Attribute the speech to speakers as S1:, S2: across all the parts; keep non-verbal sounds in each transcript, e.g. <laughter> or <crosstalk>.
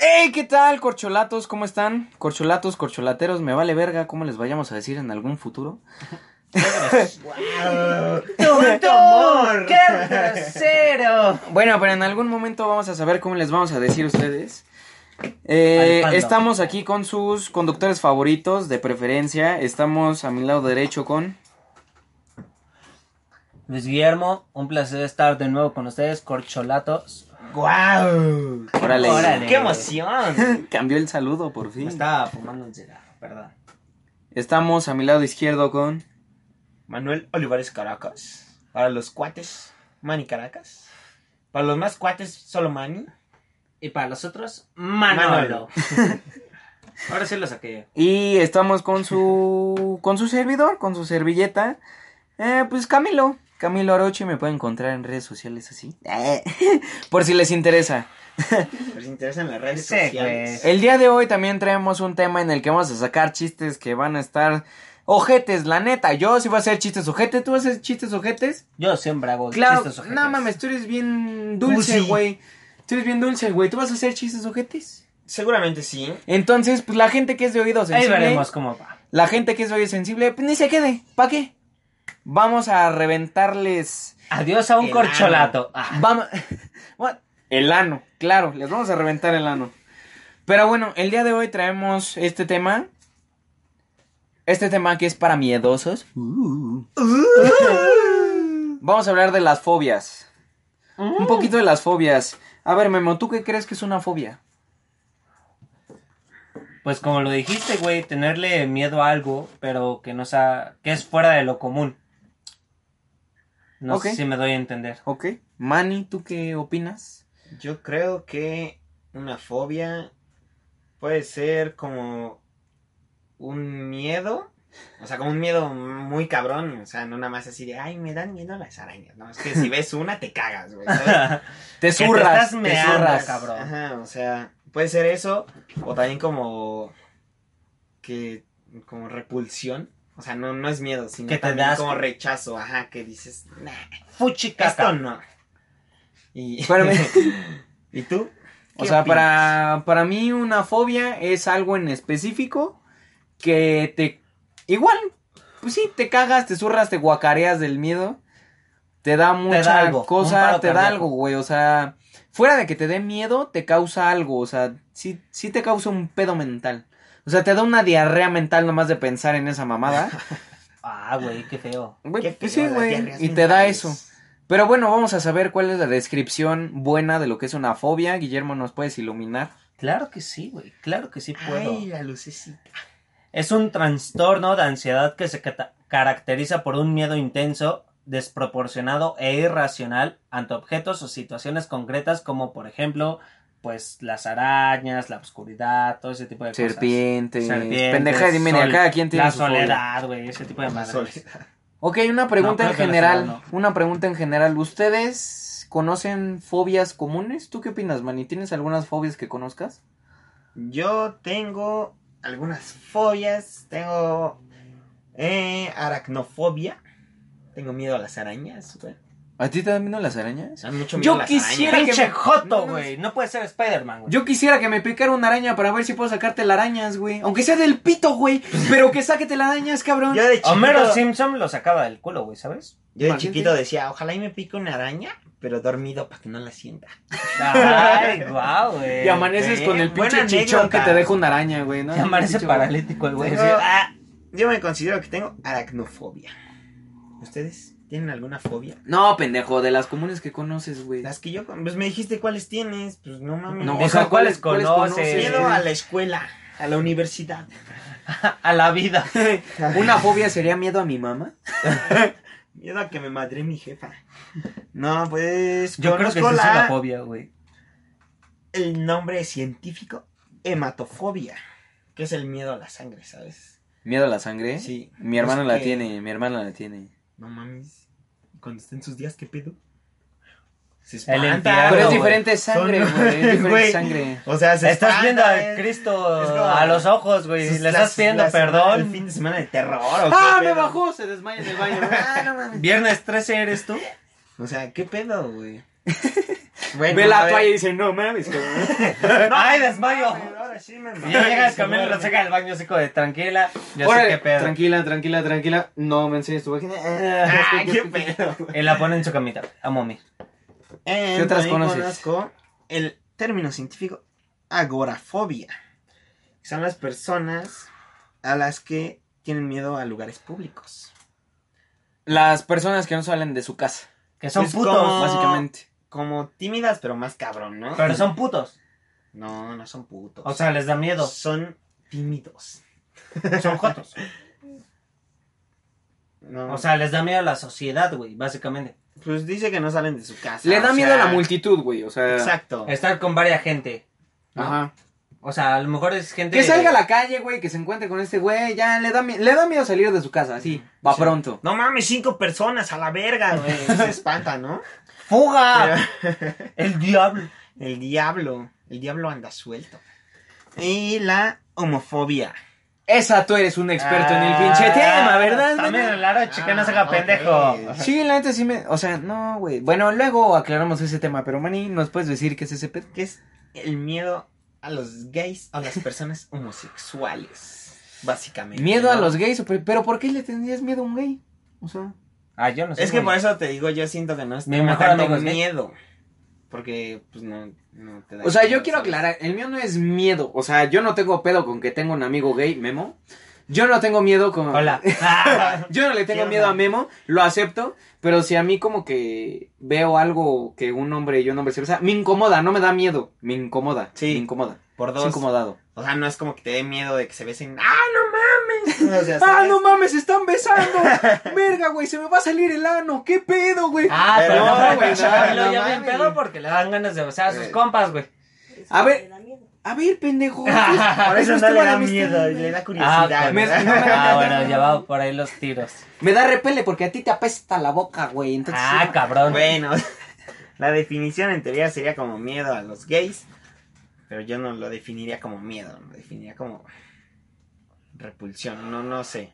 S1: ¡Hey! ¿Qué tal, corcholatos? ¿Cómo están? Corcholatos, corcholateros, me vale verga cómo les vayamos a decir en algún futuro.
S2: ¡Tonto amor!
S3: ¡Qué grosero!
S1: Bueno, pero en algún momento vamos a saber cómo les vamos a decir a ustedes. Eh,
S2: Al pando.
S1: estamos aquí con sus conductores favoritos, de preferencia. Estamos a mi lado derecho con...
S2: Luis Guillermo, un placer estar de nuevo con ustedes, corcholatos.
S3: ¡Guau!
S1: Órale.
S2: Órale.
S3: ¡Qué emoción!
S1: <laughs> Cambió el saludo, por fin.
S2: Me estaba fumando un cigarro, perdón.
S1: Estamos a mi lado izquierdo con...
S3: Manuel Olivares Caracas. Para los cuates, Manny Caracas. Para los más cuates, solo Manny.
S2: Y para los otros, Manolo.
S3: Manolo. Ahora sí lo saqué.
S1: Y estamos con su... con su servidor, con su servilleta. Eh, pues Camilo. Camilo Aroche me puede encontrar en redes sociales así. Eh, <laughs> por si les interesa.
S3: Pero se interesan las redes
S2: Ese,
S3: sociales.
S1: El día de hoy también traemos un tema en el que vamos a sacar chistes que van a estar ojetes, la neta. Yo sí voy a hacer chistes ojetes, tú vas a hacer chistes ojetes.
S2: Yo siempre hago
S1: Claro,
S2: chistes ojetes.
S1: no mames, tú eres bien dulce,
S3: Pussy.
S1: güey. Tú eres bien dulce, güey. ¿Tú vas a hacer chistes ojetes?
S3: Seguramente sí.
S1: Entonces, pues la gente que es de oído
S2: Ahí
S1: sensible,
S2: veremos cómo va.
S1: la gente que es de oído sensible, pues ni se quede. ¿Para qué? Vamos a reventarles
S2: Adiós a un
S3: El
S2: corcholato. Ah,
S1: Vamos. <laughs> What? El ano, claro, les vamos a reventar el ano. Pero bueno, el día de hoy traemos este tema. Este tema que es para miedosos.
S3: Uh.
S1: Vamos a hablar de las fobias.
S3: Mm.
S1: Un poquito de las fobias. A ver, Memo, ¿tú qué crees que es una fobia?
S2: pues como lo dijiste, güey, tenerle miedo a algo, pero que no sea. que es fuera de lo común. No
S1: Ok.
S2: sé si me doy a entender.
S1: ¿Ok? Manny, ¿tú qué opinas?
S3: Yo creo que una fobia puede ser como un miedo. O sea, como un miedo muy cabrón. O sea, no nada más así de, ay, me dan miedo las arañas. No, es que si ves una te cagas,
S2: <laughs>
S3: güey. ¿sabes?
S1: Te
S3: Que te
S1: zurras,
S3: estás
S1: te
S3: meando,
S1: zurras.
S2: Ah, cabrón.
S3: Ajá, o sea, puede ser eso, o también como que como repulsión, o sea, no, no es miedo, sino
S2: Que te
S3: también
S2: das-
S3: como rechazo, ajá, que dices, nah, esto
S2: Fuchicaca.
S3: no. Y,
S1: Espérame.
S3: <laughs> ¿Y tú?
S1: O
S3: ¿Qué
S1: sea,
S3: opinas?
S1: para, para mí una fobia es algo en específico que te... Igual, pues sí, te cagas, te zurras, te guacareas del miedo. Te da mucha
S2: algo, un
S1: cosa,
S2: paro
S1: te da
S2: cardíaco.
S1: algo, güey. O sea, fuera de que te dé miedo, te causa algo. O sea, sí, sí te causa un pedo mental. O sea, te da una diarrea mental nomás de pensar en esa mamada.
S2: Ah, güey, qué feo.
S1: Güey,
S3: Qué
S1: pues sí,
S3: feo, las
S1: güey.
S3: diarreas
S1: Y te da
S3: mentales.
S1: eso. Pero bueno, vamos a saber cuál es la descripción buena de lo que es una fobia. Guillermo, ¿nos puedes iluminar?
S2: Claro que sí, güey. Claro que sí puedo.
S3: Ay, la lucecita.
S2: Es un trastorno de ansiedad que se cata- caracteriza por un miedo intenso, desproporcionado e irracional ante objetos o situaciones concretas como por ejemplo, pues las arañas, la oscuridad, todo ese tipo de
S1: Serpientes,
S2: cosas.
S1: pendeja de media,
S2: sol-
S1: cada quien tiene
S2: la
S1: su fobia.
S2: soledad, güey, ese tipo de
S3: La
S2: madres.
S3: soledad.
S1: Ok, una pregunta
S2: No,
S1: en
S2: creo que la
S1: general,
S2: soledad
S1: una pregunta en general. ¿Ustedes conocen fobias comunes? ¿Tú qué opinas, Manny? ¿Tienes algunas fobias que conozcas?
S3: Yo tengo algunas fobias, tengo eh, aracnofobia, tengo miedo a las arañas, güey.
S1: ¿A ti te dan miedo las
S3: O
S1: arañas?
S3: sea,
S1: Yo
S3: mucho miedo a las
S1: quisiera
S3: arañas.
S1: que
S2: Pinche
S1: me-
S2: joto,
S1: no,
S2: güey, no puede ser Spider-Man, güey.
S1: Yo quisiera que me picara una araña para ver si puedo sacarte las arañas, güey. Aunque sea del pito, güey. Pero que saque las arañas, cabrón.
S3: Yo de chiquito-
S2: Homero Simpson lo sacaba del culo,
S1: <laughs>
S2: güey, ¿sabes?
S3: Yo de
S1: Valiente.
S3: chiquito decía, ojalá y me pique una araña, pero dormido para que no la sienta.
S2: Ay, guau, güey.
S1: Y amaneces
S3: Eh,
S1: con el
S3: buena
S1: pinche chichón que
S3: anécdota.
S1: te deja una araña, güey. ¿no?
S2: Y amanece
S1: Pinche-
S2: paralítico el güey.
S3: Tengo-
S2: así, ah.
S3: Yo me considero que tengo aracnofobia. ¿Ustedes tienen alguna fobia?
S1: No, pendejo, de las comunes que conoces, güey.
S3: Las que yo, con- pues me dijiste cuáles tienes, pues no mames.
S1: No,
S3: Me
S1: o sea,
S2: Dijo, ¿cuáles
S1: ¿cuáles
S2: conoces?
S1: conoces?
S3: miedo a la escuela, a la universidad.
S2: a la
S1: <laughs>
S2: vida.
S1: Una fobia sería miedo a mi mamá.
S3: Miedo a que me madre mi jefa. No, pues
S2: Yo creo que
S3: conozco
S2: esa es
S3: la
S2: una fobia, güey.
S3: el nombre científico, hematofobia, que es el miedo a la sangre, ¿sabes?
S1: ¿Miedo a la sangre?
S3: Sí.
S1: Mi hermana
S3: Es
S1: la
S3: que-
S1: tiene, mi hermana la tiene.
S3: No mames. Cuando estén sus días, ¿qué pedo? Se
S2: El
S3: espanta.
S2: Ah,
S1: Pero es
S2: no, güey.
S1: diferente sangre,
S3: Son-
S1: güey. Es diferente
S3: Güey.
S1: sangre.
S3: O sea, se
S2: Estás viendo
S3: espanta,
S2: a
S3: es- es
S2: Cristo
S3: como-
S2: a los ojos, güey.
S3: sus-
S2: Le
S3: la-
S2: estás pidiendo
S3: la semana- El
S2: perdón.
S3: fin de semana de terror. ¿o qué
S1: ¡Ah, me
S3: pedo?
S1: bajó! Se desmaya en el baño. Ah, no mames.
S2: Viernes 13 eres tú.
S3: O sea, ¿qué pedo, güey?
S1: Ve la toalla y dice, no
S3: <laughs>
S1: mames, cabrón.
S2: ¡Ay, desmayo!
S3: Ah, Ahora sí me
S2: Y llega el camión y lo saca del baño así como de tranquila. Yo sé
S1: Órale,
S2: qué pedo.
S1: Tranquila, tranquila, tranquila. No me enseñes tu vagina.
S3: <laughs> Ah, qué pedo.
S2: Y la pone en su camita. A mami.
S3: ¿Qué
S1: otras
S3: otras
S1: conoces?
S3: Conozco el término científico agorafobia. que Son las personas a las que tienen miedo a lugares públicos.
S1: Las personas que no salen de su casa,
S2: Que son
S3: Es
S2: putos.
S3: como-
S1: básicamente.
S3: Como tímidas, pero más cabrón, ¿no?
S2: Pero son putos.
S3: No, no son putos.
S2: O sea, les da miedo.
S3: son tímidos.
S2: Son jotos.
S3: No,
S2: O sea, les da miedo a la sociedad, güey, básicamente.
S3: pues dice que no salen de su casa.
S1: Le da
S3: Ah, o
S1: miedo
S3: sea,
S1: a la multitud, güey. O sea.
S3: Exacto.
S2: Estar con varias gente.
S1: Ajá.
S2: O sea, a lo mejor es gente.
S1: Que salga a la calle, güey, que se encuentre con este güey, ya le da, mi- le da miedo salir de su casa, así, va
S3: Sí.
S1: pronto.
S3: No mames, cinco personas a la verga, güey. <laughs> Se espanta, ¿no?
S1: <laughs>
S2: ¡Fuga! El diablo.
S3: El diablo. El diablo anda suelto. Y la homofobia.
S1: Esa tú eres un experto en el
S2: Ah,
S1: pinche tema, ¿verdad?
S2: También
S1: güey?
S2: el aro chica no se haga
S3: Ah,
S2: pendejo.
S3: ok.
S1: Sí, la neta sí me, o sea, no, güey. Bueno, luego aclaramos ese tema, pero Manny, ¿nos puedes decir qué es ese pedo?
S3: Que es el miedo a los gays, a las personas homosexuales. Básicamente.
S1: Miedo a
S3: ¿no?
S1: los gays, pero, pero ¿por qué le tendrías miedo a un gay? O sea,
S2: Ah, yo no sé.
S3: Es que
S2: güey.
S3: por eso te digo, yo siento que no es
S2: Mi mejor
S3: tanto
S2: amigo es gay.
S3: miedo. Porque, pues no, no te da
S1: o sea,
S3: miedo,
S1: yo quiero
S3: ¿sabes?
S1: aclarar, el mío no es miedo, o sea, yo no tengo pedo con que tengo un amigo gay, Memo. Yo no tengo miedo con
S2: Hola. <laughs> Ah,
S1: <laughs> Yo no le tengo
S3: ¿Qué
S1: miedo a
S3: onda?
S1: Memo, lo acepto, pero si a mí como que veo algo que un hombre y un hombre se besan, me incomoda, no me da miedo, me incomoda,
S3: Sí.
S1: me incomoda,
S3: <laughs> Por
S1: es
S3: dos.
S1: incomodado.
S3: O sea, no es como que te dé miedo de que se besen. ¡Ah, no mames! O <laughs> sea,
S1: ¡Ah, <laughs>
S3: ¿sabes?
S1: no mames, se están
S2: <laughs>
S1: besando! ¡Verga, güey, se me va a salir el ano! ¿Qué pedo, güey?
S2: Ah,
S3: Pero
S2: pero
S3: no,
S2: no,
S3: güey,
S2: güey.
S3: no
S2: Chabelo ya bien
S3: mames.
S2: pedo porque le dan ganas de besar a sus
S3: Eh.
S2: compas, güey.
S1: A ver.
S4: Me da miedo.
S1: A ver,
S2: <laughs>
S1: pendejo.
S3: Por eso
S1: Pues
S3: <laughs> no
S1: tú
S3: le
S1: van a
S3: da
S1: vestir,
S3: miedo,
S1: güey.
S3: le
S1: <laughs>
S3: da
S2: Ah,
S3: curiosidad.
S2: pues,
S3: ¿verdad?
S1: me-
S2: <laughs> ah, bueno, ya va por ahí los tiros.
S1: Me da repele porque a ti te apesta la boca, güey. Entonces,
S2: Ah, cabrón.
S3: Bueno, <laughs> la definición en teoría sería como miedo a los gays, pero yo no lo definiría como miedo, lo definiría como repulsión, no, no sé.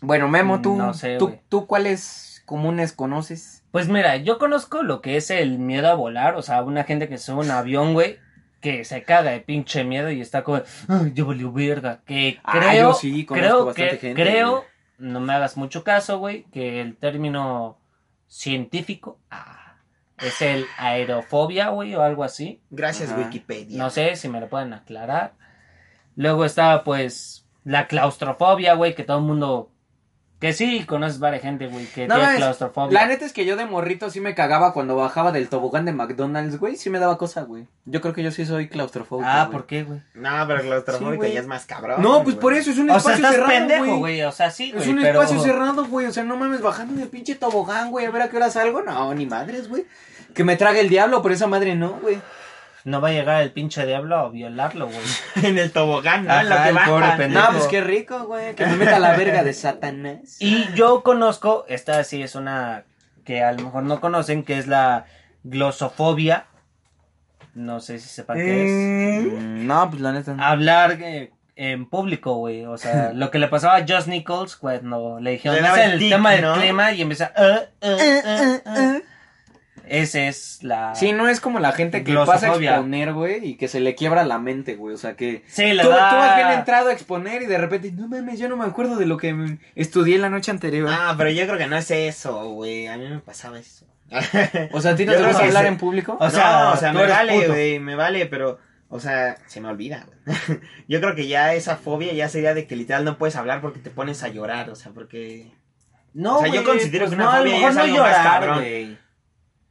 S1: Bueno, Memo, tú,
S2: No sé,
S1: tú,
S2: güey.
S1: tú cuáles comunes conoces.
S2: Pues mira, yo conozco lo que es el miedo a volar, o sea, una gente que sube a un avión, güey, que se caga de pinche miedo y está como, "Ay, yo valió verga, que
S1: Ah,
S2: creo,
S1: yo sí conozco
S2: creo
S1: bastante
S2: que,
S1: gente,
S2: creo,
S1: güey.
S2: no me hagas mucho caso, güey, que el término científico ah, es el aerofobia, güey, o algo así,
S3: Gracias
S1: Ajá.
S3: Wikipedia.
S2: no sé si me lo pueden aclarar. Luego está, pues, la claustrofobia, güey, que todo el mundo, que sí, conoces varias gente, güey, que
S1: No
S2: tiene
S1: mames,
S2: claustrofobia.
S1: La neta es que yo de morrito sí me cagaba cuando bajaba del tobogán de McDonald's, güey. Sí me daba cosa, güey. Yo creo que yo sí soy claustrofóbico.
S2: ah,
S1: güey.
S2: ¿por qué, güey?
S3: No, pero
S1: Sí,
S3: claustrofóbico
S1: güey.
S3: ya es más cabrón.
S1: No, pues
S3: güey.
S1: por eso es un
S2: O sea,
S1: espacio
S2: estás
S1: cerrado,
S2: pendejo,
S1: güey.
S2: güey. O sea, sí, güey.
S1: Es un
S2: pero-
S1: espacio cerrado, güey. O sea, no mames, bajando del pinche tobogán, güey. A ver a qué hora salgo. No, ni madres, güey. Que me trague el diablo, por esa madre no, güey.
S2: No va a llegar el pinche diablo a violarlo, güey.
S3: <laughs> en el tobogán, ¿no? en lo
S2: Ajá,
S3: que
S2: el
S3: baja.
S2: pobre pendejo.
S1: No, pues qué rico, güey. Que me meta la verga de Satanás.
S2: Y yo conozco, esta sí es una que a lo mejor no conocen, que es la glosofobia. No sé si sepan qué es.
S3: Mm.
S1: Mm, No, pues la neta. no.
S2: Hablar eh, en público, güey. O <laughs> sea, lo que le pasaba a Josh Nichols cuando le dijeron,
S3: Le daba
S2: "Es
S3: el
S2: el
S3: tic,
S2: tema
S3: ¿no?
S2: del clima y empieza... "Eh, <laughs> eh, eh, eh". Ese es la...
S1: Sí, no es como la gente que pasa a
S2: Glosofobia.
S1: exponer, güey, y que se le quiebra la mente, güey. O sea, que
S2: Sí, la
S1: Tú, tú
S2: da-
S1: has bien entrado a exponer y de repente, no mames, yo no me acuerdo de lo que mm, estudié la noche anterior.
S3: Ah, pero yo creo que no es eso, güey. A mí me pasaba eso.
S1: o sea, ¿a ti no te
S3: yo creo
S1: gusta
S3: que
S1: hablar
S3: sí.
S1: en público?
S2: O sea,
S3: no, o sea,
S2: tú
S3: me
S2: eres
S3: vale,
S2: puto.
S3: güey, me vale, pero, o sea, se me olvida, güey. <laughs> Yo creo que ya esa fobia ya sería de que literal no puedes hablar porque te pones a llorar, o sea, porque,
S2: No,
S3: o sea,
S2: güey,
S3: yo considero
S2: pues
S3: que una
S2: no, a lo
S3: fobia ya
S2: mejor
S3: es
S2: no
S3: algo más
S2: llorar,
S3: cabrón.
S2: güey.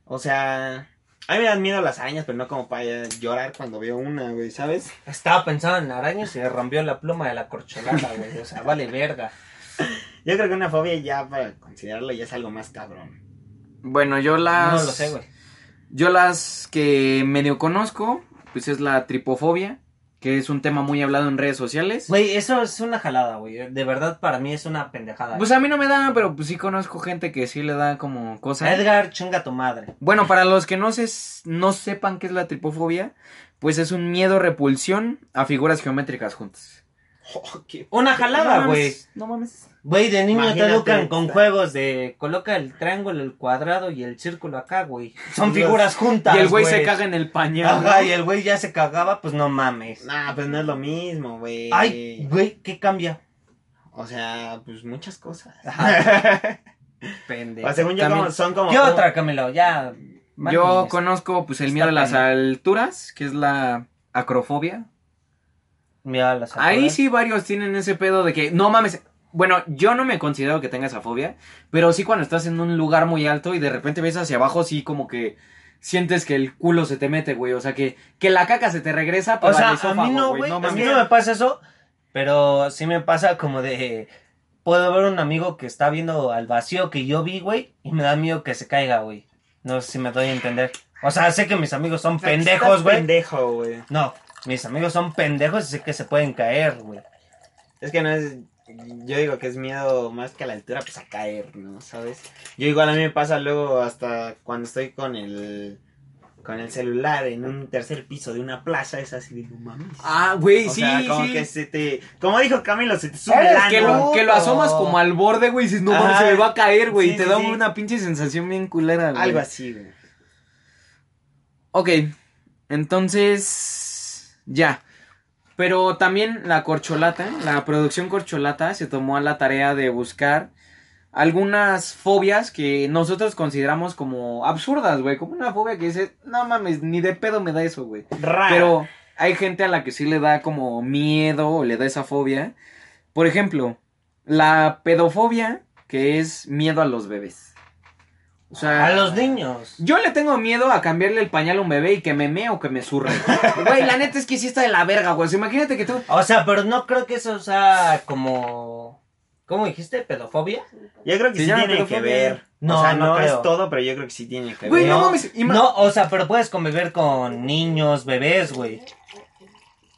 S3: o sea, a mí me dan miedo las arañas, pero no como para llorar cuando veo una, güey, ¿sabes?
S2: Estaba pensando en arañas y se rompió la pluma de la corcholata, güey. O sea, vale verga.
S3: Yo creo que una fobia ya para considerarlo ya es algo más cabrón.
S2: Ah,
S1: Bueno, yo las.
S2: No lo sé, güey.
S1: Yo las que medio conozco pues es la tripofobia, que es un tema muy hablado en redes sociales.
S2: Güey, eso es una jalada, güey. De verdad, para mí es una pendejada.
S1: Pues a mí no me da, pero pues sí conozco gente que sí le da como cosa.
S2: Edgar, chinga tu madre.
S1: Bueno, para los que no, se, no sepan qué es la tripofobia, pues es un miedo repulsión a figuras geométricas juntas.
S3: Oh, qué-
S2: Una jalada,
S1: No mames,
S2: güey.
S1: No mames.
S2: Güey, de niño
S3: Imagínate,
S2: te educan con
S3: está-
S2: juegos de coloca el triángulo, el cuadrado y el círculo acá, güey. Son
S3: Los-
S2: figuras juntas.
S1: Y el güey se caga en el pañal.
S2: Ajá,
S1: ¿no?
S2: y el güey ya se cagaba, pues no mames.
S3: Nah, pues no es lo mismo, güey.
S1: eh.
S2: Ay, güey, ¿qué cambia?
S3: O sea, pues muchas cosas.
S2: Pendejo.
S3: O según yo,
S1: También-
S3: como- son como.
S2: ¿Qué otra, Camilo? Ya.
S1: Yo
S2: mándenles.
S1: conozco pues el
S2: Está
S1: miedo a las
S2: cañón.
S1: alturas, que es la acrofobia.
S2: Mira las
S1: Ahí
S2: alturas.
S1: sí varios tienen ese pedo de que, no mames, bueno, yo no me considero que tenga esa fobia, pero sí cuando estás en un lugar muy alto y de repente ves hacia abajo, sí como que sientes que el culo se te mete, güey, o sea, que, que la caca se te regresa, pero
S2: O sea,
S1: al
S2: a
S1: esófago,
S2: mí no, güey. a mí
S1: mames.
S2: no me pasa eso, pero sí me pasa como de. Puedo ver un amigo que está viendo al vacío que yo vi, güey, y me da miedo que se caiga, güey. No sé si me doy a entender. O sea, sé que mis amigos son
S3: O sea, que
S2: pendejos,
S3: estás
S2: güey.
S3: Pendejo, güey.
S2: No, mis amigos son pendejos y sé que se pueden caer, güey.
S3: Es que no es. Yo digo que es miedo más que a la altura, pues a caer, ¿no? ¿Sabes? Yo igual a mí me pasa luego hasta cuando estoy con el. Con el celular en un tercer piso de una plaza, es así de no mames.
S1: Ah, güey,
S3: o
S1: sí,
S3: sea, como
S1: sí.
S3: que se te. Como dijo Camilo, se te sube
S2: Eres
S3: el
S1: que
S3: ano.
S1: lo, que lo asomas como al borde, güey, y dices, no mames,
S3: Ajá.
S1: se me va a caer, güey, y
S3: Sí,
S1: te
S3: sí,
S1: da
S3: sí.
S1: una pinche sensación bien culera, güey.
S3: Algo así, güey.
S1: Ok, entonces ya. Pero también la corcholata, la producción corcholata se tomó a la tarea de buscar algunas fobias que nosotros consideramos como absurdas, güey. Como una fobia que dice, no mames, ni de pedo me da eso, güey.
S2: Ah.
S3: Raro.
S1: Pero hay gente a la que sí le da como miedo o le da esa fobia. Por ejemplo, la pedofobia, que es miedo a los bebés. O sea,
S2: A los niños.
S1: yo le tengo miedo a cambiarle el pañal a un bebé y que me mee o que me zurre. Güey, la neta es que sí está de la verga, güey. O sea, imagínate que tú.
S2: O sea, pero no creo que eso sea como. ¿Cómo dijiste? ¿Pedofobia?
S3: Yo creo que
S1: Se
S3: sí
S1: llama
S3: tiene que
S1: pedofobia.
S3: ver.
S2: No,
S3: o sea,
S2: no
S3: no,
S2: creo.
S3: es todo, pero yo creo que sí tiene
S2: <laughs>
S3: que
S1: Güey,
S3: ver.
S1: no mames, ima-
S2: No, o sea, pero puedes convivir con niños, bebés, güey.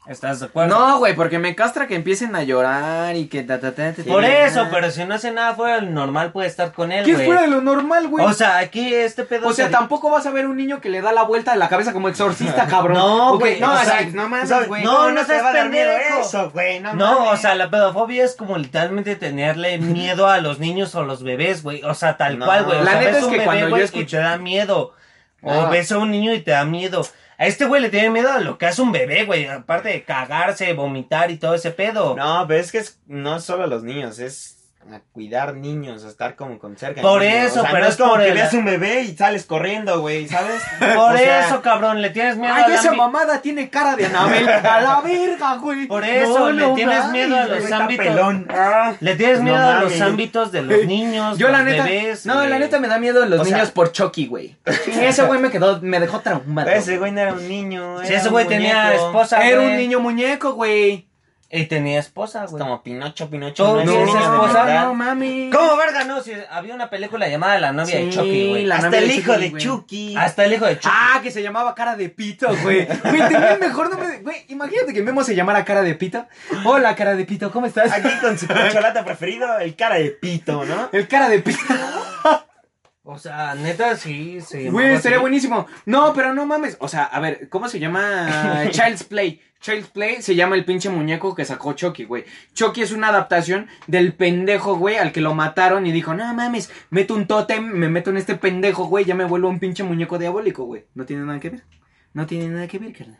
S2: ¿Estás de acuerdo?
S1: No, güey, porque me castra que empiecen a llorar y que. ta, ta, ta, ta, ta,
S2: Por
S1: ta,
S2: eso,
S1: ta.
S2: pero si no hace nada fuera de lo normal, puede estar con él,
S1: ¿Qué es
S2: güey.
S1: fuera de lo normal, güey?
S2: O sea, aquí este pedo.
S1: O sea,
S2: se-
S1: tampoco vas a ver un niño que le da la vuelta de la cabeza como
S2: <laughs>
S1: exorcista, cabrón.
S2: No,
S1: Ok,
S2: güey,
S1: No,
S2: o
S1: así,
S2: sea,
S1: no mames,
S3: mames,
S1: güey.
S3: güey.
S2: no,
S3: ¿cómo
S2: no
S3: te
S2: seas
S3: va a dar miedo
S2: pendejo.
S3: eso, güey. No,
S2: No,
S3: mames.
S2: o sea, la pedofobia es como literalmente tenerle miedo a los niños o a los bebés, güey. O sea, tal
S3: No.
S2: cual, güey. O
S1: La
S2: sea,
S1: neta
S2: ves
S1: es
S2: un
S1: que
S2: bebé,
S1: cuando yo
S2: güey, y
S1: escucho-
S2: te da miedo. O
S1: Ah.
S2: ves a un niño y te da miedo. A este güey le tiene miedo a lo que hace un bebé, güey. Aparte de cagarse, vomitar y todo ese pedo.
S3: No, pero es que es, no solo a los niños, es a cuidar niños, a estar como con cerca. de
S2: Por
S3: niños.
S2: eso,
S3: o sea,
S2: pero
S3: no
S2: es
S3: es como
S2: por
S3: que
S2: el-
S3: veas un bebé y sales corriendo, güey, ¿sabes?
S2: Por
S3: O sea,
S2: eso, cabrón, le tienes miedo a
S1: Ay,
S2: la
S1: esa
S2: mi-
S1: mamada tiene cara de Anabel. A la verga, güey.
S2: Por eso,
S1: No,
S2: le
S1: no
S2: tienes
S1: mames,
S2: miedo a
S1: güey.
S2: los
S3: está
S2: ámbitos.
S3: pelón. Ah.
S2: Le tienes
S3: No
S2: miedo a los
S3: mames.
S2: ámbitos de los
S1: <laughs>
S2: niños,
S1: Yo
S2: los
S1: la neta,
S2: bebés.
S1: no,
S2: güey.
S1: la neta me da miedo los
S3: O sea-
S1: niños por Chucky, güey. Ese güey me quedó, me dejó traumado.
S3: Pero ese güey no era un niño.
S2: Si
S3: era
S2: ese
S3: un
S2: güey tenía
S3: muñeco.
S2: esposa,
S1: Era un
S2: güey,
S1: niño muñeco, güey.
S2: Y tenía esposa,
S3: Es
S2: güey.
S3: Como Pinocho, Pinocho.
S2: Todo
S3: es
S2: bien,
S3: niño,
S2: esa
S3: de
S2: esposa,
S3: verdad.
S1: no mami.
S2: ¿Cómo verga no? Si había una película llamada La novia de
S1: Sí,
S2: Chucky, güey.
S1: la-
S3: Hasta
S1: novia
S3: el
S1: de
S3: hijo
S1: Chucky,
S3: de
S1: güey.
S3: Chucky.
S2: Hasta el hijo de Chucky.
S1: Ah, que se llamaba cara de pito, güey. Güey, tenía el mejor nombre de... Güey, imagínate que Memo se llamara cara de pito. Hola, cara de pito, ¿cómo estás?
S3: Aquí con su cocholata preferido, el cara de pito, ¿no?
S1: El cara de pito.
S2: O sea, neta, sí, sí.
S1: Güey, estaría buenísimo. No, pero no mames. O sea, a ver, ¿cómo se llama
S3: <laughs>
S1: Child's Play? Child's Play se llama el pinche muñeco que sacó Chucky, güey. Chucky es una adaptación del pendejo, güey, al que lo mataron y dijo, no mames, meto un tótem, me meto en este pendejo, güey, ya me vuelvo un pinche muñeco diabólico, güey. No tiene nada que ver. No tiene nada que ver, carnal.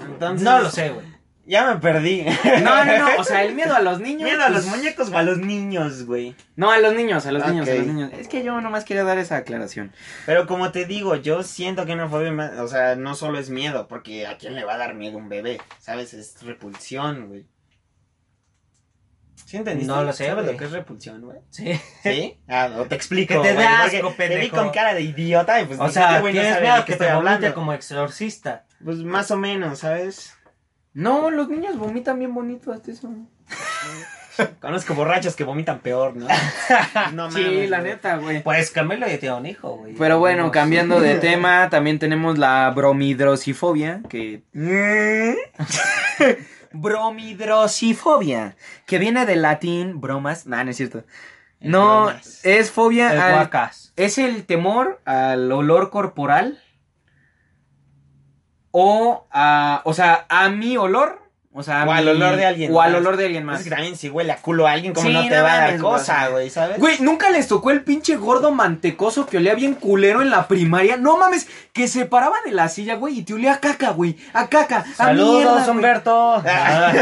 S3: Entonces,
S2: No lo sé, güey.
S3: Ya me perdí.
S1: No, no, no. O sea, el miedo a los niños.
S3: Miedo a los
S1: pues,
S3: muñecos o a los niños, güey.
S1: No, a los niños, a los niños, a
S3: Ok.
S1: los niños. Es que yo nomás quería dar esa aclaración.
S3: Pero como te digo, yo siento que una fobia, más- o sea, no solo es miedo, porque ¿a quién le va a dar miedo un bebé? ¿Sabes? Es repulsión, güey. ¿Sí entendiste?
S2: No lo sé,
S3: ¿Sabes
S2: güey.
S3: lo que es repulsión, güey?
S2: Sí.
S3: ¿Sí? Ah, no, te explico,
S2: Que te
S3: güey,
S2: da
S3: porque
S2: asco,
S3: Te vi
S2: pendejo.
S3: con cara de idiota y pues
S2: O
S3: dije,
S2: sea,
S3: "Este güey no
S2: tienes
S3: sabe de
S2: miedo
S3: qué
S2: que
S3: estoy
S2: te vomite
S3: hablando".
S2: como exorcista.
S3: Pues más o menos, ¿sabes?
S1: No, los niños vomitan bien bonito hasta eso.
S3: Conozco borrachos que vomitan peor, ¿no? <laughs> No
S1: Sí, la
S3: güey.
S1: neta, güey.
S2: Pues Camilo ya tiene un hijo, güey.
S1: Pero bueno,
S2: Amigos.
S1: cambiando
S3: <laughs>
S1: de tema, también tenemos la bromidrosifobia, que...
S3: ¿Mm?
S1: <laughs> bromidrosifobia, que viene del latín bromas. Nah, no es cierto. No,
S3: Bromas.
S1: es
S2: El
S1: fobia... al-
S2: guacas.
S1: es el temor al olor corporal o a... O sea, a mi olor. O sea, a
S3: O al
S1: mi-
S3: olor de alguien
S1: O al
S3: más.
S1: olor de alguien más.
S3: Es que también si huele a culo a alguien, como
S1: Sí,
S3: no te
S1: no
S3: va a dar
S1: mames,
S3: cosa,
S1: güey.
S3: güey, ¿sabes?
S1: Güey, ¿nunca les tocó el pinche gordo mantecoso que olía bien culero en la primaria? No mames, que se paraba de la silla, güey, y te olía a caca, güey. A caca, a mierda,
S2: Saludos,
S1: güey. <laughs>
S2: Humberto. Ah.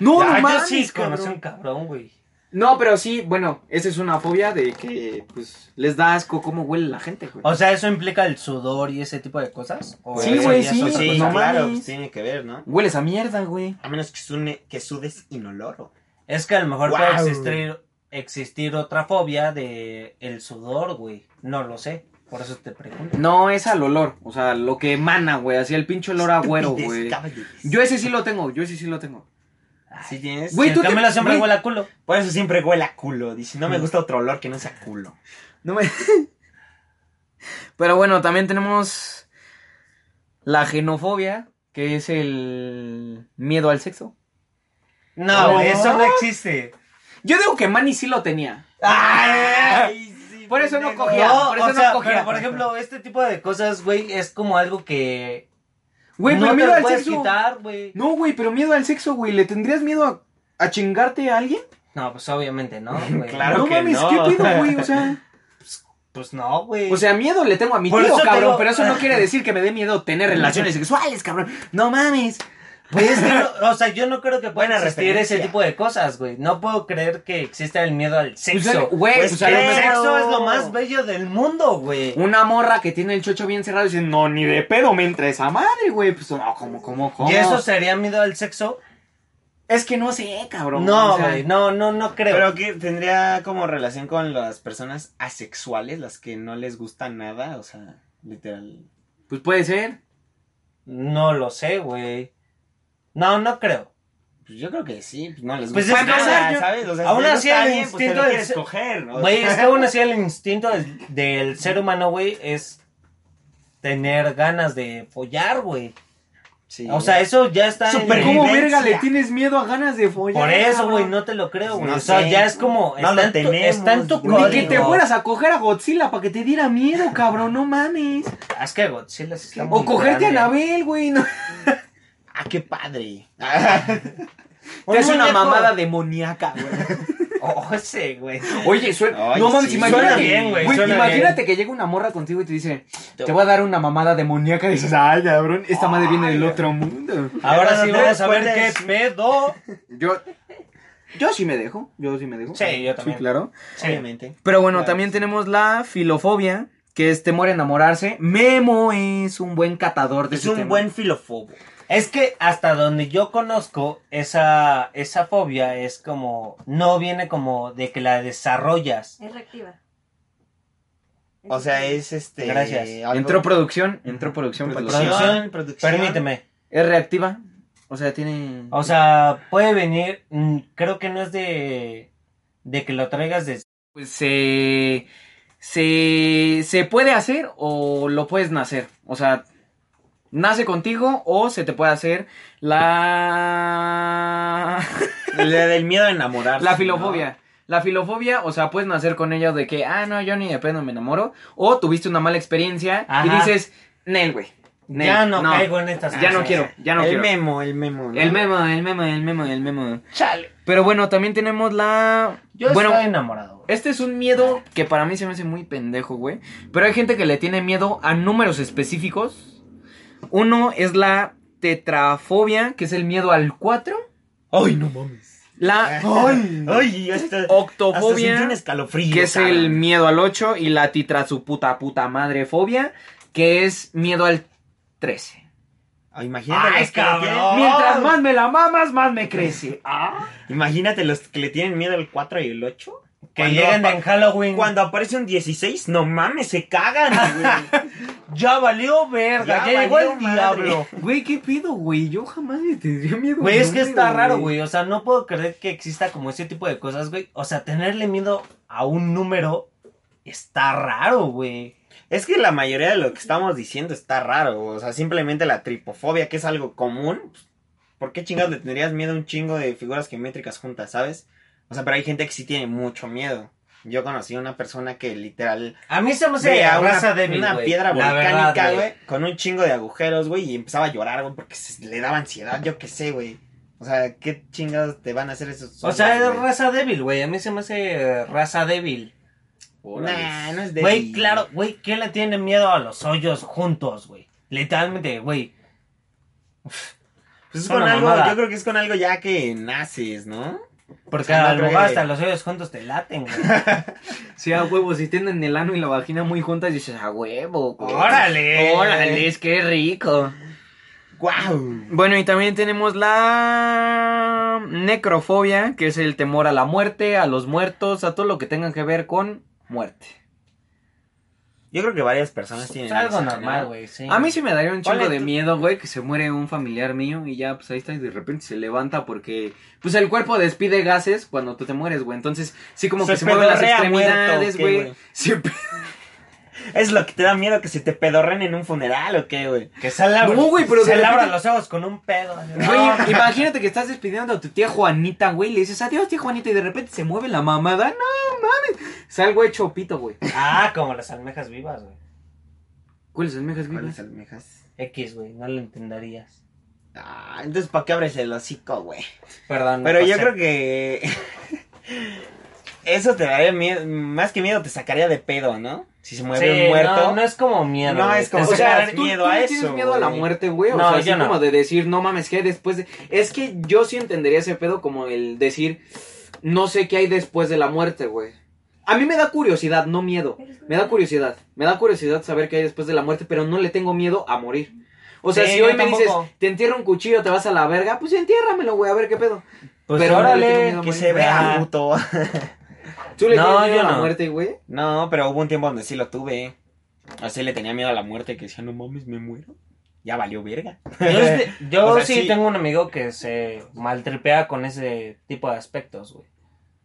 S1: No,
S2: Ah,
S1: no
S2: yo
S1: mames,
S2: sí
S1: cabrón.
S2: conocí un cabrón, güey.
S1: No, pero sí, bueno, esa es una fobia de que, pues, les da asco cómo huele la gente, güey.
S2: O sea, ¿eso implica el sudor y ese tipo de cosas? ¿O
S1: Sí,
S2: eso
S1: güey,
S2: ya
S3: sí,
S2: es
S3: sí,
S2: otra
S1: pues,
S2: cosa?
S1: no
S3: claro,
S1: mames.
S3: pues tiene que ver, ¿no?
S1: Hueles a mierda, güey.
S3: A menos que, sune- que sudes inoloro.
S2: Es que a lo mejor
S3: Wow.
S2: puede existir, existir otra fobia de el sudor, güey. No lo sé. Por eso te pregunto.
S1: No, es al olor, o sea, lo que emana, güey, así el pinche olor a güero,
S3: Estupidez,
S1: güey.
S3: caballeros.
S1: Yo ese sí lo tengo, yo ese sí lo tengo.
S3: Sí tienes.
S1: Güey,
S2: el
S1: tú te-
S2: Camilo siempre
S1: güey.
S2: huele a culo.
S3: Por eso siempre huele a culo. Dice, no me
S2: Mm.
S3: gusta otro olor que no sea culo.
S1: No me... <laughs> Pero bueno, también tenemos la genofobia, que es el miedo al sexo.
S2: No,
S1: No.
S2: güey, eso no existe.
S1: Yo digo que Manny sí lo tenía. <laughs>
S3: <laughs> sí,
S1: Por eso no
S3: pendejo.
S1: cogía.
S2: No,
S1: por eso
S2: o
S1: no
S2: sea,
S1: cogía.
S2: pero por ejemplo, este tipo de cosas, güey, es como algo que
S1: Güey,
S2: no
S1: pero
S2: te
S1: miedo
S2: lo
S1: al
S2: puedes
S1: sexo.
S2: quitar, güey.
S1: No, güey, pero miedo al sexo, güey. ¿Le tendrías miedo a, a chingarte a alguien?
S2: No, pues obviamente no, güey.
S3: Claro.
S1: no
S3: que
S1: mames,
S3: no.
S1: ¿qué pedo, güey? O
S2: <laughs>
S1: sea,
S2: Pues no, güey.
S1: o sea, miedo le tengo a mi
S2: Por
S1: tío,
S2: eso te
S1: cabrón.
S2: lo-
S1: Pero eso
S2: <laughs>
S1: no quiere decir que me dé miedo tener relaciones sexuales, cabrón. No mames.
S2: Pues es que no- o sea, yo no creo que puedan
S3: Buena
S2: existir ese
S3: referencia.
S2: tipo de cosas, güey. No puedo creer que exista el miedo al sexo.
S1: güey,
S2: Pues
S1: pues, a lo
S2: el
S1: mejor-
S2: sexo es lo más bello del mundo, güey.
S1: Una morra que tiene el chocho bien cerrado y dice, no, ni de pedo me entra esa madre, güey. Pues, no, ¿cómo, cómo, cómo?
S2: ¿Y eso sería miedo al sexo?
S1: Es que no sé, cabrón.
S2: No,
S1: O sea,
S2: güey, no, no, no creo.
S3: Pero que tendría como relación con las personas asexuales, las que no les gusta nada, o sea, literal.
S1: Pues puede ser.
S2: No lo sé, güey. No, no creo.
S3: Pues yo creo que sí, pues no les
S2: Pues
S3: gusta
S2: es que, o
S3: nada,
S2: sea, yo-
S3: ¿sabes? O sea,
S2: aún
S3: si no
S2: así
S3: está
S2: el
S3: bien, pues, te
S2: instinto
S3: lo
S2: de
S3: quieres
S2: ser-
S3: coger, ¿no?
S2: Güey, es que aún así el instinto del, del ser humano, güey, es tener ganas de follar, güey.
S3: Sí.
S2: O sea, eso ya está en-
S3: Súper
S1: ¿Cómo
S3: Supervivencia.
S1: verga le tienes miedo a ganas de follar?
S2: Por eso, güey,
S1: cabrón?
S2: no te lo creo, güey.
S3: No
S2: o sea,
S3: sé.
S2: ya es como.
S3: No
S2: está,
S3: lo
S2: en tu,
S3: tenemos,
S2: está en tu
S3: güey.
S1: Ni que te
S2: código.
S1: fueras a coger a Godzilla para que te diera miedo, cabrón, no mames.
S2: Es que Godzilla sí está
S1: O
S2: muy
S1: cogerte a
S2: grande.
S1: Anabel, güey. No.
S3: Ah, qué padre.
S2: Un
S1: Te hace una
S2: muñeco.
S1: mamada demoníaca, güey.
S2: <laughs> Oh, ese, güey.
S1: Oye, suena.
S3: Ay,
S1: no mames,
S3: sí.
S1: imagínate.
S2: Suena bien, güey, suena
S1: imagínate que llega una morra contigo y te dice: Te voy a dar una mamada demoníaca. Y dices: Ay, cabrón, esta madre viene del otro mundo.
S2: Ahora
S3: Bueno,
S2: sí
S3: tú
S2: vamos a ver
S3: puedes-
S2: qué pedo.
S1: Yo. Yo sí me dejo. Yo sí me dejo.
S2: <laughs> Sí, Este yo también.
S1: Sí, claro.
S3: Obviamente.
S1: Pero bueno,
S3: Claro,
S1: también
S3: sí.
S1: tenemos la filofobia, que es temor a enamorarse. Memo es un buen catador de
S3: Es
S1: ese
S3: un
S1: tema.
S3: buen filofobo.
S2: Es que hasta donde yo conozco, esa, esa fobia es como. No viene como de que la desarrollas.
S4: Es reactiva.
S3: O sea, es este.
S2: Gracias.
S3: algo-
S1: Entró producción, entró producción. para los-
S2: Producción.
S3: producción.
S2: Permíteme.
S1: Es reactiva, o sea, tiene...
S2: O sea, puede venir. mm, Creo que no es de. De que lo traigas de.
S1: Pues se... Se, se puede hacer o lo puedes nacer. O sea, nace contigo o se te puede hacer la...
S3: La del miedo a enamorarse.
S1: La
S3: ¿no?
S1: filofobia. La filofobia, o sea, puedes nacer con ella de que, ah, no, yo ni de pedo me enamoro. O tuviste una mala experiencia y
S2: Ajá.
S1: dices, Nel, güey. Nel,
S2: Ya no, caigo en estas
S1: Ya no
S2: cosas.
S1: quiero, ya no
S3: el
S1: quiero.
S3: memo, el memo. ¿no?
S1: El memo, el memo, el memo, el memo.
S2: Chale.
S1: Pero bueno, también tenemos la.
S2: Yo
S1: bueno,
S2: estoy enamorado, güey.
S1: este es un miedo que para mí se me hace muy pendejo, güey. Pero hay gente que le tiene miedo a números específicos. Uno es la tetrafobia, que es el miedo al 4.
S3: Ay,
S1: <laughs>
S3: no mames.
S1: La
S3: Ay, ay, hasta,
S1: octofobia.
S3: Hasta sentí un escalofrío.
S1: que es
S3: cabrón.
S1: el miedo al 8 y la titra su puta puta madre fobia, que es miedo al 13.
S3: Ay, Ah, imagínate.
S2: Ay,
S3: los que le
S2: cabrón.
S3: tienen-
S1: Mientras más me la mamas, más me crece. Ah.
S3: imagínate los que le tienen miedo al 4 y el 8.
S2: Que lleguen en
S1: <laughs>
S2: Halloween.
S3: Cuando aparece un 16, no mames, se cagan, güey.
S2: ya valió verga,
S3: Ya
S2: ya, llegó el
S3: valió madre".
S2: diablo.
S1: Güey, ¿qué pido, güey? Yo jamás le tendría miedo.
S2: Güey, es que
S1: número,
S2: está raro, güey. O sea, no puedo creer que exista como ese tipo de cosas, güey. O sea, tenerle miedo a un número está raro, güey.
S3: Es que la mayoría de lo que estamos diciendo está raro. O sea, simplemente la tripofobia, que es algo común. pues, ¿Por qué chingados le tendrías miedo a un chingo de figuras geométricas juntas, sabes? O sea, pero hay gente que sí tiene mucho miedo. Yo conocí a una persona que literal
S2: A mí se me hace
S3: veía una,
S2: raza débil,
S3: una
S2: güey.
S3: piedra
S2: La verdad,
S3: volcánica, güey, con un chingo de agujeros, güey, y empezaba a llorar, güey, porque se- le daba ansiedad, yo qué sé, güey. O sea, ¿qué chingados te van a hacer esos
S2: O sea,
S3: zombies,
S2: es
S3: güey?
S2: raza débil, güey. A mí se me hace eh, raza débil.
S3: Nah, no es de
S2: Güey, claro, güey, ¿quién le tiene miedo a los hoyos juntos, güey? Literalmente, güey.
S3: Pues es
S2: Es una
S3: con algo,
S2: mamada.
S3: yo creo que es con algo ya que naces, ¿no?
S2: Porque
S3: Es Pues que no
S2: a lo
S3: creo
S2: mejor
S3: que-
S2: hasta los hoyos juntos te laten, güey.
S1: Sí, a huevo, si tienen el ano y la vagina muy juntas, dices, a huevo, güey.
S2: ¡Órale!
S1: Órale, es que rico.
S3: ¡Guau!
S1: Bueno, y también tenemos la necrofobia, que es el temor a la muerte, a los muertos, a todo lo que tenga que ver con muerte.
S3: Yo creo que varias personas
S2: Es
S3: tienen
S2: algo
S3: eso,
S2: normal,
S3: ¿no?
S2: güey, sí.
S1: A mí sí me daría un chingo
S3: Ponle
S1: de
S3: tú-
S1: miedo, güey, que se muere un familiar mío y ya, pues ahí está y de repente se levanta porque, pues el cuerpo despide gases cuando tú te mueres, güey. Entonces, sí como
S3: Se
S1: que se mueven las
S3: pedorrea muerto,
S1: extremidades,
S3: ¿o qué,
S1: güey.
S3: güey?
S1: Se pe-
S3: Es lo que te da miedo que se te pedorren en un funeral o qué, güey.
S2: Que se labra,
S1: No, güey, pero
S2: se
S1: de
S2: labra
S1: repente-
S2: los ojos con un pedo. así,
S1: Güey,
S2: no,
S1: imagínate que estás despidiendo a tu tía Juanita, güey, le dices adiós, tía Juanita, y de repente se mueve la mamada. No mames. Salgo hecho pito, güey.
S2: Ah, como las almejas vivas, güey.
S1: ¿Cuáles almejas, güey?
S3: ¿Cuáles almejas?
S2: X, güey, no lo entenderías.
S3: Ah, entonces, ¿para qué abres el hocico, güey?
S2: Perdón.
S3: Pero yo creo que... <laughs> Eso te daría miedo, más que miedo te sacaría de pedo, ¿no? Si se mueve un muerto.
S2: No, no es como miedo.
S3: No,
S2: güey.
S3: es como-
S2: Te
S1: O sea,
S2: sacaría-
S3: sacarás
S1: tú,
S3: miedo
S1: tú
S3: a
S1: le tienes
S3: eso,
S1: miedo a la
S3: güey.
S1: muerte, güey. O
S2: No,
S1: sea,
S2: yo
S1: así
S2: no.
S1: como de decir, no mames, ¿qué hay después de.? Es que yo sí entendería ese pedo como el decir, no sé qué hay después de la muerte, güey. A mí me da curiosidad, no miedo. Me da curiosidad. Me da curiosidad saber qué hay después de la muerte, pero no le tengo miedo a morir. O sea,
S2: Sí,
S1: si
S2: yo
S1: hoy me dices,
S2: tampoco.
S1: te entierro un cuchillo, te vas a la verga, pues entiérramelo, güey, a ver qué pedo.
S2: Pues
S1: Pero no le
S2: órale.
S1: tengo miedo
S3: Que se
S2: Ah.
S3: vea, puto.
S1: ¿Tú le
S2: No,
S1: tienes miedo
S2: yo
S1: a la
S2: no.
S1: muerte, güey?
S3: No, pero hubo un tiempo donde sí lo tuve. Así le tenía miedo a la muerte, que decía, no mames, me muero. Ya valió verga.
S2: Yo, este- yo
S3: <laughs> O sea,
S2: sí,
S3: sí.
S2: tengo un amigo que se maltripea con ese tipo de aspectos, güey.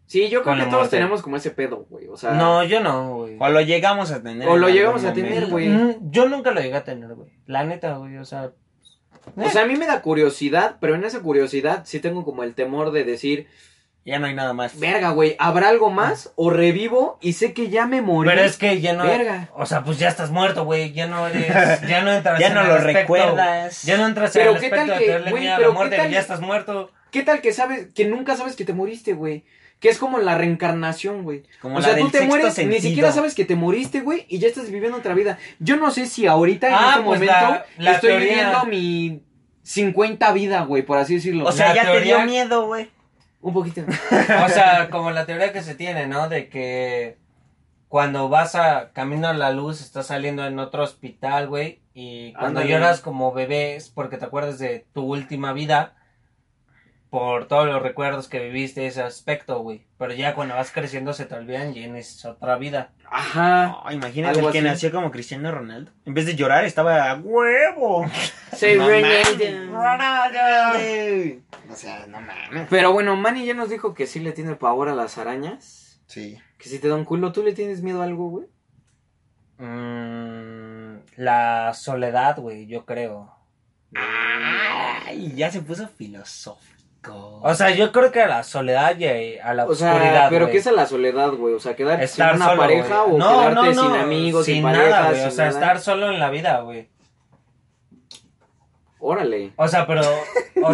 S1: Sí, yo creo
S2: Con
S1: que
S2: la
S1: todos
S2: muerte.
S1: tenemos como ese pedo, güey. O
S3: Ah.
S1: sea,
S2: No, yo no, güey.
S3: O lo llegamos a tener.
S1: O
S3: en
S1: lo
S3: algún
S1: llegamos a tener,
S3: momento.
S1: güey.
S2: Mm, Yo nunca lo llegué a tener, güey. La neta, güey, o sea.
S1: O sea, a mí me da curiosidad, pero en esa curiosidad sí tengo como el temor de decir,
S3: Ya no hay nada más.
S1: Verga, güey, ¿habrá algo más? ¿O revivo y sé que ya me morí?
S2: Pero es que ya no.
S1: Verga.
S2: O sea, pues ya estás muerto, güey. Ya no
S3: <laughs>
S2: eres. Ya no entras
S3: Ya
S2: en
S3: no
S2: el
S3: lo
S2: aspecto,
S3: recuerdas.
S2: Ya no entras
S1: Pero
S2: en el
S1: qué
S2: aspecto
S1: tal
S2: de
S1: que-
S2: tenerle
S1: güey,
S2: miedo a
S1: pero
S2: la
S1: qué
S2: muerte.
S1: tal-
S2: Ya estás muerto.
S1: ¿Qué tal que sabes, que nunca sabes que te moriste, güey? Que es como la reencarnación, güey.
S3: Como
S1: o
S3: la
S1: sea,
S3: del
S1: tú te
S3: sexto
S1: mueres, ni
S3: sentido.
S1: siquiera sabes que te moriste, güey, y ya estás viviendo otra vida. Yo no sé si ahorita, en
S2: Ah,
S1: este
S2: pues
S1: momento,
S2: la- la
S1: estoy
S2: teoría-
S1: viviendo mi 50 vida, güey, por así decirlo.
S3: O sea,
S2: La
S3: ya
S2: teoría-
S3: te dio miedo, güey.
S1: un poquito.
S2: O sea, como la teoría que se tiene, ¿no? De que cuando vas a camino a la luz, estás saliendo en otro hospital, güey. Y cuando
S1: Ándale.
S2: lloras como bebé es porque te acuerdas de tu última vida. Por todos los recuerdos que viviste, ese aspecto, güey. Pero ya cuando vas creciendo se te olvidan y es otra vida.
S1: Ajá.
S3: No, imagínate
S1: Algo
S3: el que
S1: así.
S3: nació como Cristiano Ronaldo. En vez de llorar, estaba a huevo.
S1: Se
S3: No
S1: renace.
S3: mames. O sea, no mames.
S1: Pero bueno, Manny ya nos dijo que sí le tiene pavor a las arañas.
S3: Sí.
S1: Que si te da un culo, ¿tú le tienes miedo a algo, güey?
S2: Mm, la soledad, güey, yo creo.
S3: Ay, ya se puso filosófico.
S2: O sea, yo creo que a la soledad y a la
S1: O sea,
S2: oscuridad.
S1: pero
S2: güey.
S1: ¿qué es a la soledad, güey? O sea, quedarte
S2: estar
S1: sin una
S2: solo,
S1: pareja
S2: güey.
S1: o quedarte sin amigos, sin, pareja,
S2: nada, güey. O
S1: sin
S2: sea,
S1: nada?
S2: estar solo en la vida, güey.
S1: Órale.
S2: O sea, pero. O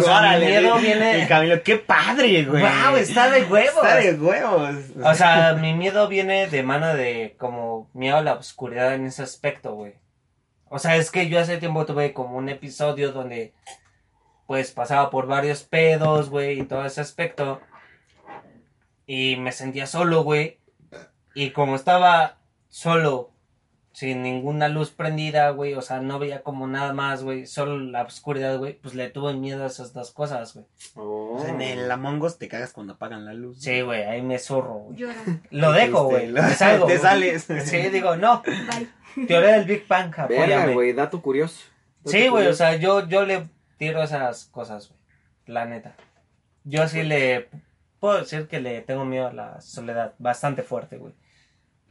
S1: <laughs>
S2: sea,
S3: Órale,
S2: mi miedo
S3: güey.
S2: viene.
S3: El Camilo, qué padre, güey.
S2: Guau, está de huevos.
S3: Está de huevos.
S2: O sea, <laughs> mi miedo viene de mano de como miedo a la oscuridad en ese aspecto, güey. O sea, es que yo hace tiempo tuve como un episodio donde pues pasaba por varios pedos, güey, y todo ese aspecto. Y me sentía solo, güey. Y como estaba solo sin ninguna luz prendida, güey, o sea, no veía como nada más, güey, solo la oscuridad, güey, pues le tuve miedo a esas dos cosas, güey.
S1: Oh.
S3: O sea, en el Among Us te cagas cuando apagan la luz.
S2: Sí, güey, ahí me zorro, güey.
S4: Llora.
S2: Lo dejo, güey,
S3: Este,
S2: me salgo,
S3: <laughs> Te
S2: güey.
S3: sales.
S2: Sí, digo, no,
S4: Bye.
S2: teoría del Big Bang,
S1: Verga,
S2: apóyame.
S1: güey, dato curioso. Dato
S2: Sí, güey, o
S1: curioso.
S2: sea, yo, yo le tiro esas cosas, güey, la neta. Yo sí le, puedo decir que le tengo miedo a la soledad, bastante fuerte, güey.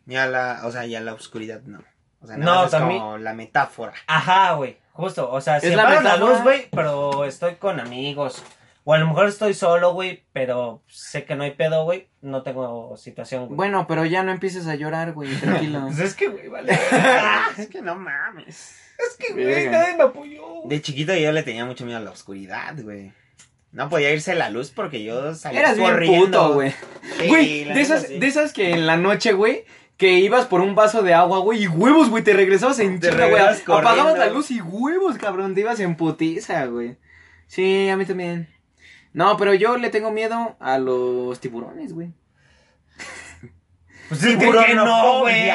S3: Ni a la, o sea, y a la oscuridad no. O sea,
S2: No,
S3: no, es
S2: también-
S3: como la metáfora.
S2: Ajá, güey, justo, o sea, si
S1: Es la
S2: apagan la
S1: metáfora.
S2: luz, güey, pero estoy con amigos. O a lo mejor estoy solo, güey, pero sé que no hay pedo, güey, no tengo situación, güey.
S1: Bueno, pero ya no empieces a llorar, güey,
S3: <laughs>
S1: tranquilo.
S2: Pues es que, güey, vale.
S3: es que no mames.
S2: es que,
S1: Verga.
S2: güey, nadie me apoyó.
S3: De chiquito yo le tenía mucho miedo a la oscuridad, güey. No podía irse la luz porque yo salía
S1: Eras bien
S3: corriendo.
S1: puto, güey.
S3: Sí,
S1: Güey,
S3: la
S1: de
S3: neta
S1: esas,
S3: sí.
S1: de esas que en la noche, güey, que ibas por un vaso de agua, güey, y huevos, güey, te regresabas en
S3: Te
S1: chinga, güey.
S3: regresabas
S1: Apagabas
S3: corriendo.
S1: la luz y huevos, cabrón, te ibas en putiza, güey. Sí, a mí también. No, pero yo le tengo miedo a los tiburones, güey.
S2: Pues <laughs> es que, que no, güey.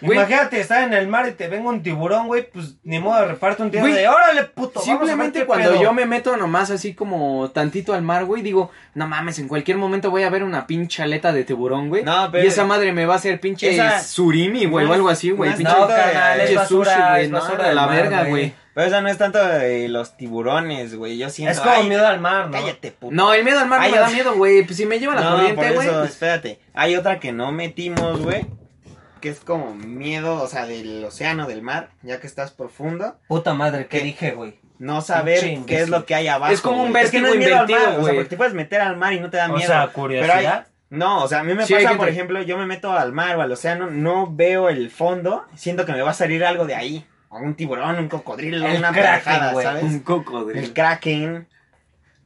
S2: Güey. Imagínate, estar en el mar y te venga un tiburón, güey, pues ni modo de reparto un tiburón
S1: Güey,
S2: de órale, puto. vamos a ver
S1: Simplemente
S2: qué
S1: cuando
S2: pedo".
S1: yo me meto nomás así como tantito al mar, güey, digo, no mames, en cualquier momento voy a ver una pinche aleta de tiburón, güey.
S3: No, pero-
S1: Y esa madre me va a hacer pinche
S3: Esa-
S1: surimi, güey, o algo así, güey.
S3: Unas-
S1: pinche-
S2: No,
S3: de-
S2: carnal, es
S1: pinche
S2: basura,
S1: sushi, güey,
S2: es
S1: no,
S2: basura
S1: a
S2: del
S1: la
S2: mar,
S1: verga, güey.
S3: Pero esa no es tanto de los tiburones, güey. Yo siento.
S2: Es como
S3: ay,
S2: miedo al mar, ¿no?
S3: Cállate, puto.
S1: No, el miedo al mar
S3: Ay,
S1: me da
S3: o-
S1: miedo, güey. Pues si me lleva la
S3: No, por
S1: corriente,
S3: eso,
S1: güey. pues-
S3: espérate. Hay otra que no metimos, güey. Que es como miedo, o sea, del océano, del mar, ya que estás profundo.
S2: Puta madre, ¿qué
S3: ¿Qué?
S2: dije, güey?
S3: No saber
S2: Chingues,
S3: qué es lo que hay abajo.
S1: Es como un
S3: güey. que no es
S1: vértigo
S3: miedo al
S1: invertido,
S3: mar, O sea,
S1: güey.
S3: porque te puedes meter al mar y no te da
S2: O
S3: miedo.
S2: sea, curiosidad.
S3: No, o sea, a mí me
S1: Sí, hay
S3: pasa,
S1: gente-
S3: por ejemplo, yo me meto al mar o al océano, no veo el fondo, siento que me va a salir algo de ahí. O un tiburón, un cocodrilo,
S2: El kraken,
S3: una pendejada,
S2: güey.
S3: ¿sabes?
S1: Un cocodrilo.
S3: El kraken.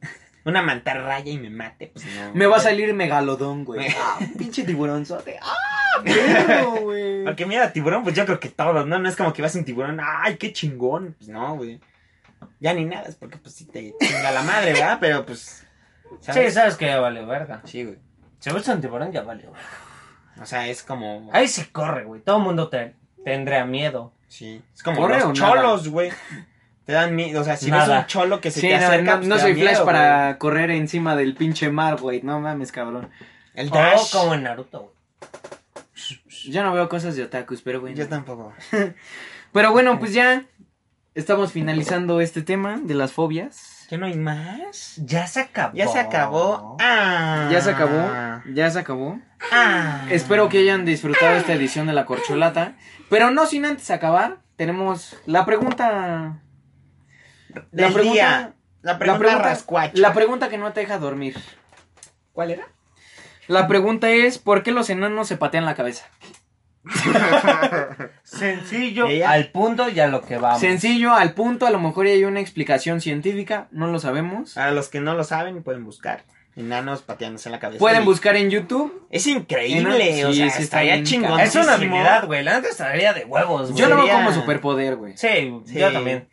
S3: <laughs> Una mantarraya y me mate, pues no.
S1: Me va a salir megalodón, güey.
S3: Me- <laughs>
S1: Ah, pinche tiburonzote. ¡Ah! perro, güey!
S3: Porque mira, tiburón, pues yo creo que todos, ¿no? No es como que vas a un tiburón, ¡ay, qué chingón! Pues no, güey. Ya ni nada, es porque pues sí te chinga la madre, ¿verdad? Pero pues.
S2: Sí,
S3: ¿sabes?
S2: sabes que ya vale verga.
S3: Sí, güey.
S2: Si ves un tiburón, ya vale, güey.
S3: O sea, es como.
S2: Ahí sí corre, güey. Todo el mundo te, tendría miedo.
S3: Sí. Es como
S1: ¿Corre o
S3: los
S1: nada?
S3: cholos, güey. Te dan miedo. O sea, si ves
S2: Nada.
S3: un cholo que se
S1: Sí,
S3: te
S1: no,
S3: acerca,
S1: no,
S3: pues,
S1: no
S3: te da
S1: soy
S3: miedo,
S1: flash
S3: güey.
S1: para correr encima del pinche mar, güey. No mames, cabrón.
S3: El
S2: O
S3: dash.
S2: como en Naruto, güey.
S1: Yo no veo cosas de otakus, pero bueno.
S3: Yo tampoco.
S1: Pero bueno, pues ya estamos finalizando este tema de las fobias.
S3: ¿Ya no hay más?
S2: Ya se acabó.
S3: Ya se acabó. Ah.
S1: Ya se acabó, ya se acabó.
S3: Ah.
S1: Espero que hayan disfrutado esta edición de la corcholata. Pero no sin antes acabar, tenemos la pregunta.
S3: Del
S1: la pregunta-
S3: día. La pregunta, rascuacha.
S1: la pregunta que no te deja dormir.
S3: ¿Cuál era?
S1: La pregunta es: ¿por qué los enanos se patean la cabeza?
S2: Sencillo.
S3: Ella-
S2: Al punto y a lo que vamos.
S1: Sencillo, al punto, a lo mejor hay una explicación científica, no lo sabemos.
S3: Para los que no lo saben, pueden buscar. Enanos pateándose en la cabeza.
S1: Pueden
S3: Y-
S1: buscar en YouTube.
S3: Es increíble,
S1: Enanos,
S3: o
S1: sí,
S3: sea,
S1: sí, está
S3: estaría
S1: bien
S3: chingón.
S1: cabrón.
S2: Es una habilidad, güey. La neta estaría de huevos, güey.
S1: Yo lo veo
S3: Sería-
S1: como superpoder, güey.
S2: Sí,
S3: Sí.
S2: yo también.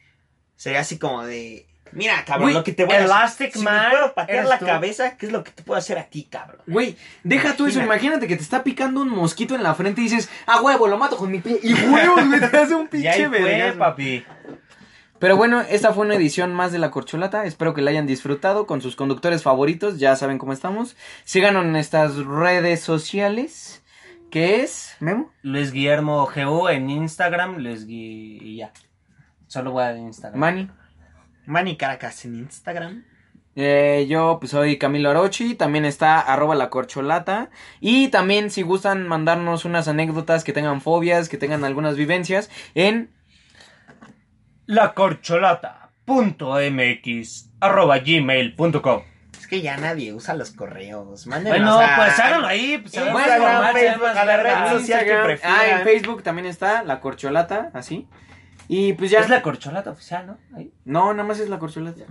S3: Sería así como de. Mira, cabrón,
S1: Güey,
S3: lo que te voy a
S2: Elastic
S3: si
S2: Man,
S3: Me puedo patear
S2: eres
S3: la
S2: tú.
S3: cabeza, ¿qué es lo que te puedo hacer a ti, cabrón?
S1: Güey, deja tú eso, imagínate que te está picando un mosquito en la frente y dices, ah, huevo, lo mato con mi pie. Y huevos, güey, te hace
S2: <laughs>
S1: un
S2: Y ahí
S1: pinche
S2: fue,
S1: vergazo.
S2: papi.
S1: Pero bueno, esta fue una edición más de La Corcholata. Espero que la hayan disfrutado con sus conductores favoritos. Ya saben cómo estamos. Síganos en estas redes sociales. Que es, Memo?
S2: Luis Guillermo GU en Instagram, Luis Gui... y ya. Solo voy a Instagram.
S1: Manny.
S3: Manny Caracas en Instagram.
S1: Eh, yo pues soy Camilo Arochi, también está arroba la corcholata y también si gustan mandarnos unas anécdotas que tengan fobias, que tengan algunas vivencias en
S2: Lacorcholata.mx arroba gmail.com
S3: Es que ya nadie usa los correos. Mándenlos
S2: Bueno,
S3: a-
S2: pues háganlo ahí. Pues, se ve más
S1: Instagram,
S2: formal, se ve
S3: Facebook,
S2: más
S3: a la
S2: verga.
S3: red social. que prefieran.
S1: ah, en Facebook también está la corcholata, así. Y pues ya
S2: Es la corcholata oficial, ¿no? Ahí.
S1: No, nada más es la corcholata.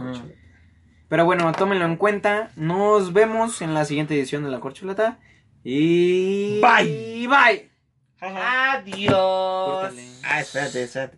S1: Pero bueno, tómenlo en cuenta. Nos vemos en la siguiente edición de la corcholata y
S3: Bye.
S1: bye.
S3: Ajá.
S2: Adiós.
S1: Córtale.
S3: Ah, espérate, espérate.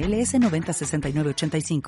S4: 906985.